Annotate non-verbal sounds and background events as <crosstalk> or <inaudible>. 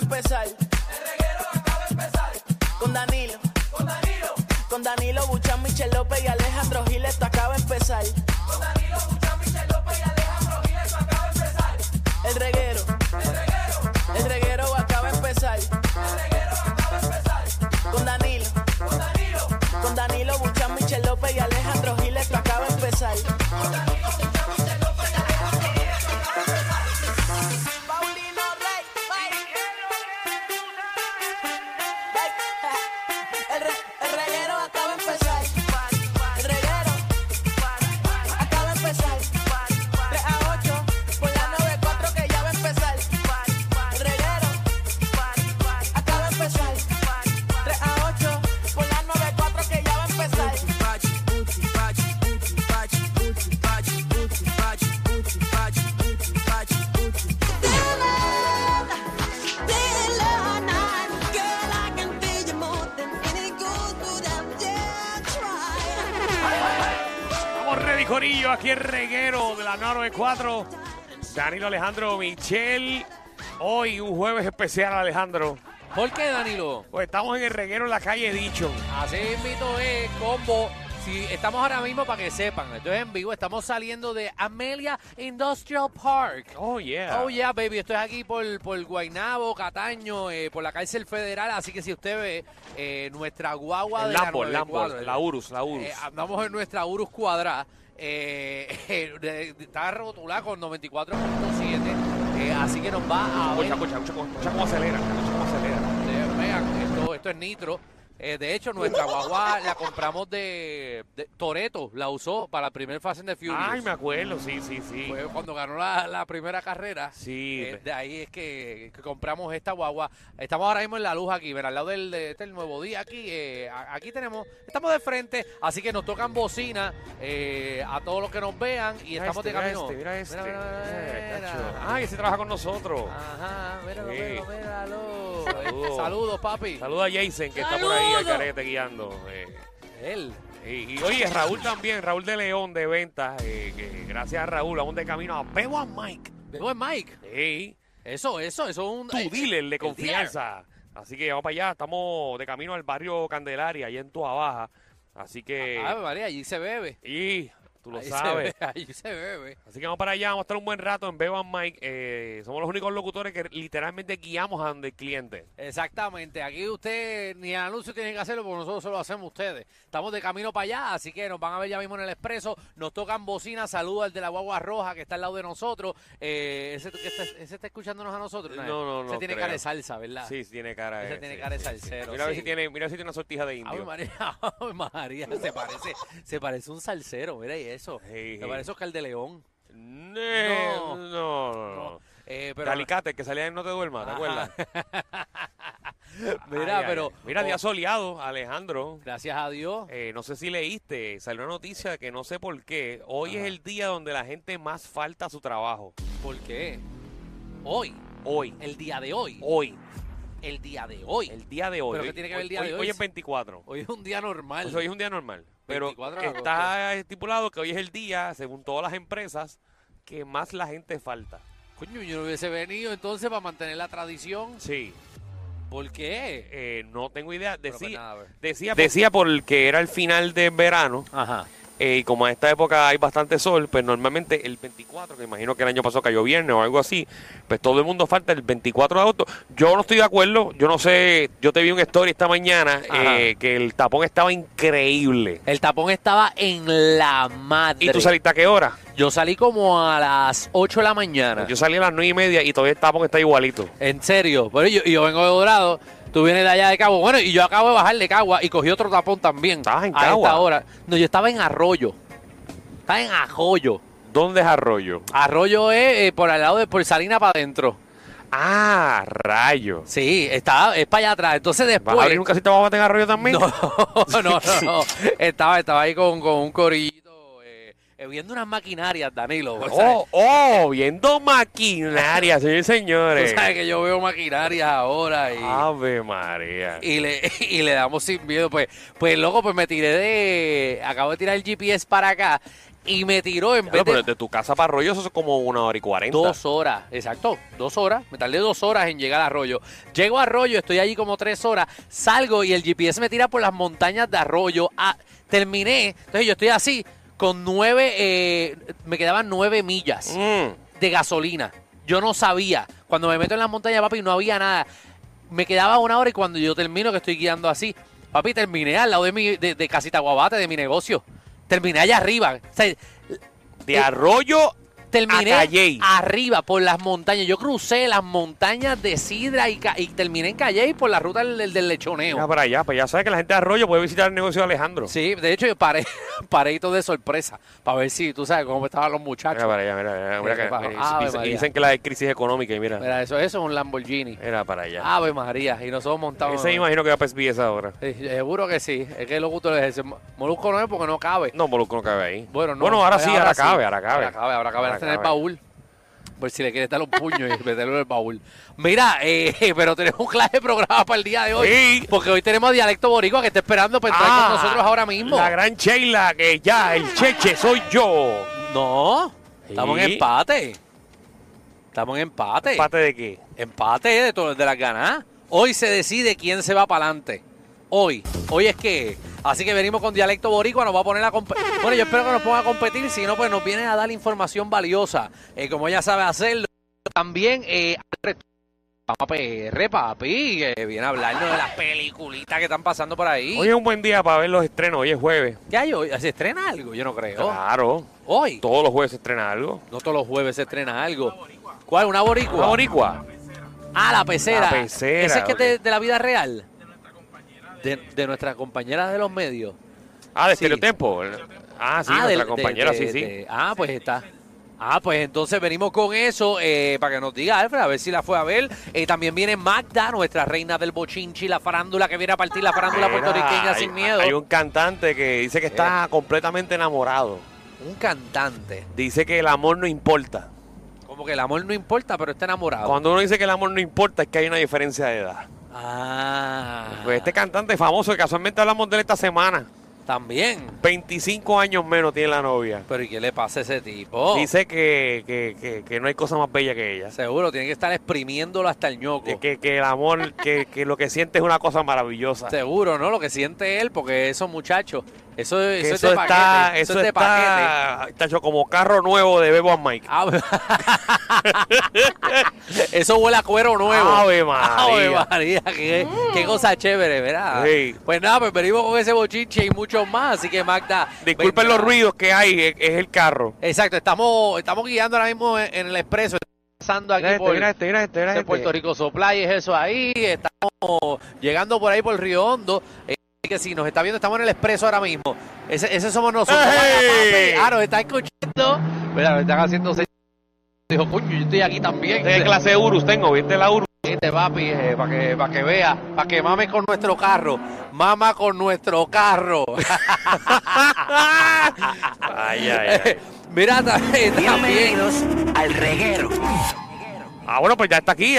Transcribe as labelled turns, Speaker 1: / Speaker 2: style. Speaker 1: empezar. El reguero acaba de empezar. Con Danilo. Con Danilo. Con Danilo Buchan, Michel López y Alejandro Gil, esto acaba de empezar. Con Danilo Buchan, Michel López y Alejandro Gil, esto acaba de empezar. El reguero. El reguero. El reguero acaba de empezar. El reguero acaba de empezar. Con Danilo. Con Danilo. Con Danilo Buchan, Michel López y Alejandro Gil, esto acaba de empezar. Paulino Rey, El, re- el reguero acaba de empezar. El reguero acaba de empezar. 3 a 8 por la 94 que ya va a empezar. El reguero acaba de empezar. 3 a 8 por la 94 que ya va a empezar.
Speaker 2: Estamos ready, Corillo, aquí el reguero de la 994. Danilo Alejandro Michel. Hoy un jueves especial, Alejandro.
Speaker 3: ¿Por qué, Danilo?
Speaker 2: Pues estamos en el reguero en la calle Dicho.
Speaker 3: Así invito es combo. Si estamos ahora mismo para que sepan, esto es en vivo, estamos saliendo de Amelia Industrial Park.
Speaker 2: Oh, yeah.
Speaker 3: Oh yeah, baby, esto es aquí por, por Guaynabo, Cataño, eh, por la cárcel federal, así que si usted ve eh, nuestra guagua
Speaker 2: El
Speaker 3: de la
Speaker 2: Lambo, el Lambo,
Speaker 3: 94,
Speaker 2: la Urus, la Urus.
Speaker 3: eh, andamos en nuestra Urus Cuadra. eh, <laughs> eh, de- de- está rotulada con 94.7. eh, así que nos va a ver.
Speaker 2: Escucha, escucha, escucha, escucha cómo acelera, escucha cómo acelera.
Speaker 3: Ustedes vean, esto, esto es nitro. Eh, de hecho, nuestra guagua la compramos de, de Toreto, la usó para la primer fase de Furious.
Speaker 2: Ay, me acuerdo, sí, sí, sí.
Speaker 3: Fue cuando ganó la, la primera carrera.
Speaker 2: Sí.
Speaker 3: Eh, de ahí es que, que compramos esta guagua. Estamos ahora mismo en la luz aquí, ven, al lado del, de- este, el nuevo día aquí. eh, a- aquí tenemos, estamos de frente, así que nos tocan bocina eh, a todos los que nos vean y
Speaker 2: Mira
Speaker 3: estamos
Speaker 2: este,
Speaker 3: de camino.
Speaker 2: Mira este, mira este.
Speaker 3: mira, Ah. mira.
Speaker 2: Cacho. Ay, ese trabaja con nosotros.
Speaker 3: Ajá, míralo,
Speaker 2: Sí.
Speaker 3: míralo, míralo.
Speaker 2: Saludos.
Speaker 3: Eh, Saludos, papi.
Speaker 2: Saluda a Jason, que está por ahí al
Speaker 3: Saludos.
Speaker 2: carete guiando. eh.
Speaker 3: Él.
Speaker 2: Y, y, oye, Raúl también, Raúl de León de ventas. eh, que gracias a Raúl, vamos de camino a Bebo a Mike.
Speaker 3: No es Mike.
Speaker 2: Sí,
Speaker 3: Eso, eso, eso es un.
Speaker 2: tu
Speaker 3: eh,
Speaker 2: dealer de
Speaker 3: el
Speaker 2: confianza. Así que vamos para allá, estamos de camino al barrio Candelaria, allá en Tua Baja. Así que,
Speaker 3: dealer. Ah, María, allí se bebe.
Speaker 2: y tú lo
Speaker 3: Ahí
Speaker 2: sabes.
Speaker 3: Se bebe, <laughs> allí se bebe.
Speaker 2: Así que vamos para allá, vamos a estar un buen rato en Bebo a Mike. eh, somos los únicos locutores que literalmente guiamos a donde el cliente.
Speaker 3: Exactamente. Aquí usted ni el anuncio tiene que hacerlo porque nosotros se lo hacemos a ustedes. Estamos de camino para allá, así que nos van a ver ya mismo en el expreso. Nos tocan bocina. Saludos al de la guagua roja que está al lado de nosotros. Eh, ese, que está, ese está escuchándonos a nosotros.
Speaker 2: No, no,
Speaker 3: Ese
Speaker 2: no
Speaker 3: tiene
Speaker 2: creo.
Speaker 3: cara de salsa, ¿verdad?
Speaker 2: Sí, sí, tiene cara de.
Speaker 3: Ah. Ese tiene
Speaker 2: sí,
Speaker 3: cara de
Speaker 2: sí, sí.
Speaker 3: salsero,
Speaker 2: Mira a ver
Speaker 3: sí.
Speaker 2: si tiene, mira a ver si tiene una sortija de
Speaker 3: Ay,
Speaker 2: indio.
Speaker 3: María, <laughs> ay, María, se parece, se parece un salsero, mira y eso.
Speaker 2: Sí,
Speaker 3: Se
Speaker 2: sí.
Speaker 3: parece Oscar de León.
Speaker 2: Ne-
Speaker 3: No.
Speaker 2: no, no, no.
Speaker 3: Eh, pero
Speaker 2: Pero Alicate, que salía en No Te Duermas, ¿te
Speaker 3: Ajá.
Speaker 2: acuerdas?
Speaker 3: <laughs> Mira,
Speaker 2: Ay, ay,
Speaker 3: pero.
Speaker 2: ay. Mira,
Speaker 3: oh,
Speaker 2: día soleado, Alejandro.
Speaker 3: Gracias a Dios.
Speaker 2: Eh, no sé si leíste, salió una noticia que no sé por qué. Hoy
Speaker 3: Ajá.
Speaker 2: es el día donde la gente más falta a su trabajo.
Speaker 3: ¿Por qué? Hoy,
Speaker 2: Hoy,
Speaker 3: el día de hoy,
Speaker 2: hoy,
Speaker 3: el día de hoy.
Speaker 2: el día de hoy.
Speaker 3: ¿Pero qué
Speaker 2: Hoy-
Speaker 3: tiene que ver el
Speaker 2: hoy-
Speaker 3: día de hoy?
Speaker 2: Hoy es 24.
Speaker 3: Hoy es un día normal.
Speaker 2: O sea, Pues hoy es un día normal. Pero
Speaker 3: 24 de
Speaker 2: está estipulado que hoy es el día, según todas las empresas, que más la gente falta.
Speaker 3: Coño, yo no hubiese venido entonces para mantener la tradición.
Speaker 2: Sí,
Speaker 3: ¿Por qué?
Speaker 2: eh, no tengo idea.
Speaker 3: Pero, pues,
Speaker 2: Decía,
Speaker 3: nada, a ver.
Speaker 2: decía, decía porque era el final de verano.
Speaker 3: Ajá.
Speaker 2: Eh, y como a esta época hay bastante sol, pues normalmente el 24, que imagino que el año pasado cayó viernes o algo así, pues todo el mundo falta el 24 de agosto. Yo no estoy de acuerdo, yo no sé, yo te vi un story esta mañana
Speaker 3: Ajá.
Speaker 2: eh, que el tapón estaba increíble.
Speaker 3: El tapón estaba en la madre.
Speaker 2: ¿Y tú saliste a qué hora?
Speaker 3: Yo salí como a las 8 de la mañana.
Speaker 2: Pues Yo salí a las 9 y media y todavía el tapón está igualito.
Speaker 3: En serio. Bueno, yo, yo vengo de Dorado. Tú vienes de allá de Cabo. Bueno, y yo acabo de bajar de Cagua y cogí otro tapón también.
Speaker 2: Estabas en
Speaker 3: a
Speaker 2: Cagua.
Speaker 3: esta hora. No, yo estaba en Arroyo. Estaba en Arroyo.
Speaker 2: ¿Dónde es Arroyo?
Speaker 3: Arroyo es eh, por al lado de por Salina para adentro.
Speaker 2: Ah, rayo.
Speaker 3: Sí, estaba, es para allá atrás. Entonces
Speaker 2: ¿Vas
Speaker 3: después.
Speaker 2: a abrir un casito abajo en Arroyo también?
Speaker 3: Pues No, <laughs> no, <laughs> no, no. Estaba, estaba ahí con, con un corillito eh, eh, viendo unas maquinarias, Danilo. O sea,
Speaker 2: Oh, oh, viendo maquinaria, señores y
Speaker 3: <laughs> Tú
Speaker 2: señores.
Speaker 3: sabes que yo veo maquinarias ahora y.
Speaker 2: Ave María.
Speaker 3: y le, <laughs> y le damos sin miedo. Pues, pues loco, pues me tiré de. Acabo de tirar el GPS para acá. y me tiró en
Speaker 2: Ya,
Speaker 3: vez
Speaker 2: pero
Speaker 3: de
Speaker 2: de tu casa para Arroyo eso es como una hora y cuarenta.
Speaker 3: dos horas. Exacto, dos horas. Me tardé dos horas en llegar a Arroyo. Llego a Arroyo, estoy allí como tres horas, salgo y el GPS me tira por las montañas de Arroyo. Ah, terminé, entonces yo estoy así con nueve, eh, me quedaban nueve millas.
Speaker 2: Mm.
Speaker 3: de gasolina. Yo no sabía. Cuando me meto en las montañas, papi, no había nada. Me quedaba una hora y cuando yo termino, que estoy guiando así, papi, terminé al lado de mi de, de casita guabate, de mi negocio. Terminé allá arriba. O sea,
Speaker 2: De
Speaker 3: Eh,
Speaker 2: Arroyo
Speaker 3: terminé
Speaker 2: A Calley.
Speaker 3: arriba por las montañas. Yo crucé las montañas de Sidra y, ca- y terminé en Calle por la ruta del, del- del lechoneo.
Speaker 2: Mira para allá, pues ya sabes que la gente de Arroyo puede visitar el negocio de Alejandro.
Speaker 3: Sí, de hecho yo paré, <laughs> paré y todo de sorpresa para ver si tú sabes cómo estaban los
Speaker 2: Mira
Speaker 3: muchachos.
Speaker 2: para allá, mira, mira, mira
Speaker 3: Mira qué
Speaker 2: que-
Speaker 3: bajo. Ah,
Speaker 2: eh,
Speaker 3: Ave
Speaker 2: dicen,
Speaker 3: María.
Speaker 2: dicen que la hay crisis económica y mira, mira,
Speaker 3: Mira, eso, eso es un Lamborghini.
Speaker 2: para allá.
Speaker 3: Ave María, y nosotros montamos.
Speaker 2: Ese me imagino que va para SBS ahora.
Speaker 3: Sí, seguro que sí. Es que el locutor le dice, Molusco no es porque no cabe.
Speaker 2: No, Molusco no cabe ahí.
Speaker 3: Bueno, no. pues
Speaker 2: ahora sí, ahora cabe, ahora cabe.
Speaker 3: Ahora cabe, ahora cabe.
Speaker 2: Ahora
Speaker 3: Ahora está en el
Speaker 2: cabe.
Speaker 3: baúl. Por si le quieres dar un puño y <laughs> meterlo en el baúl. Mira, eh, <laughs> pero tenemos un clase de programa para el día de hoy.
Speaker 2: Sí.
Speaker 3: Porque hoy tenemos a Dialecto Boricua que está esperando para entrar
Speaker 2: Ah,
Speaker 3: pues, con nosotros ahora mismo.
Speaker 2: La gran Sheila, que ya, el cheche soy yo.
Speaker 3: No, estamos en
Speaker 2: Sí.
Speaker 3: empate. Estamos en empate.
Speaker 2: ¿Parte de qué?
Speaker 3: Empate eh, de, to- de las ganas. ¿ah? Hoy se decide quién se va para adelante. Hoy. Hoy es que. Así que venimos con dialecto boricua, nos va a poner a competir. Bueno, yo espero que nos ponga a competir, si no, pues nos vienen a dar información valiosa, eh, como ella sabe hacerlo. También, eh, a PR, papi, que viene a hablarnos de las peliculitas que están pasando por ahí.
Speaker 2: Hoy es un buen día para ver los estrenos, hoy es jueves.
Speaker 3: ¿Qué hay hoy? ¿Se estrena algo? Yo no creo.
Speaker 2: Claro,
Speaker 3: Hoy.
Speaker 2: todos los jueves se estrena algo.
Speaker 3: No todos los jueves se estrena algo. ¿Cuál? ¿Una boricua?
Speaker 2: ¿Una boricua?
Speaker 3: Ah, la pecera.
Speaker 2: La pecera,
Speaker 3: ¿Ese es que
Speaker 2: ok.
Speaker 3: de, de la vida real? De, de nuestra compañera de los medios.
Speaker 2: Ah, de
Speaker 3: Sí.
Speaker 2: Estereotempo. Ah, sí,
Speaker 3: del-
Speaker 2: nuestra
Speaker 3: de-
Speaker 2: compañera,
Speaker 3: de-
Speaker 2: sí, sí.
Speaker 3: de- ah, pues está. Ah, pues entonces venimos con eso eh, para que nos diga Alfred, a ver si la fue a ver. Eh, también viene Magda, nuestra reina del bochinchi, la farándula que viene a partir la farándula
Speaker 2: Mira,
Speaker 3: puertorriqueña
Speaker 2: hay-
Speaker 3: sin miedo.
Speaker 2: Hay un cantante que dice que está completamente enamorado.
Speaker 3: un cantante.
Speaker 2: Dice que el amor no importa.
Speaker 3: Como que el amor no importa, pero está enamorado.
Speaker 2: Cuando uno dice que el amor no importa es que hay una diferencia de edad.
Speaker 3: Ah,
Speaker 2: Pues este cantante famoso que casualmente hablamos de él esta semana,
Speaker 3: también.
Speaker 2: 25 años menos tiene la novia.
Speaker 3: Pero ¿y qué le pasa a ese tipo?
Speaker 2: Dice que, que- que- que no hay cosa más bella que ella.
Speaker 3: Seguro, tiene que estar exprimiéndolo hasta el ñoco.
Speaker 2: Que- Que, que el amor, que, que lo que siente es una cosa maravillosa.
Speaker 3: Seguro, ¿no? Lo que siente él, porque esos muchachos, eso,
Speaker 2: Que
Speaker 3: eso,
Speaker 2: eso,
Speaker 3: es de
Speaker 2: está,
Speaker 3: paquete.
Speaker 2: eso,
Speaker 3: es de paquete.
Speaker 2: está, tacho, como carro nuevo de Bebo and Mike. <laughs>
Speaker 3: Ah, eso huele a cuero nuevo.
Speaker 2: Ave María. Mm.
Speaker 3: Ave María, qué, qué cosa chévere, ¿verdad?
Speaker 2: Sí.
Speaker 3: Pues nada, pues venimos con ese bochinche y muchos más. Así que Magda.
Speaker 2: Disculpen
Speaker 3: venga.
Speaker 2: los ruidos que hay, es, es el carro.
Speaker 3: Exacto, estamos, estamos guiando ahora mismo en, en el expreso. Estamos Pasando aquí por,
Speaker 2: este, mira este, mira
Speaker 3: de
Speaker 2: este.
Speaker 3: Puerto Rico Supply, es eso ahí. Estamos llegando por ahí por Río Hondo. eh, Así que si nos está viendo, estamos en el expreso ahora mismo. Ese, ese somos nosotros.
Speaker 2: ¡Ey!
Speaker 3: Ah, nos está escuchando. Mira, nos están haciendo señas. Dijo, coño, yo estoy aquí también.
Speaker 2: ¿Qué clase de Urus tengo? ¿Viste la Urus?
Speaker 3: Viste, papi, para que, pa' que vea, para que mame con nuestro carro. Mama con nuestro carro. <laughs>
Speaker 2: Ay, ay, ay.
Speaker 3: Mira, <laughs> también. también.
Speaker 1: Bienvenidos al reguero.
Speaker 2: <laughs> Ah, bueno, pues ya está aquí.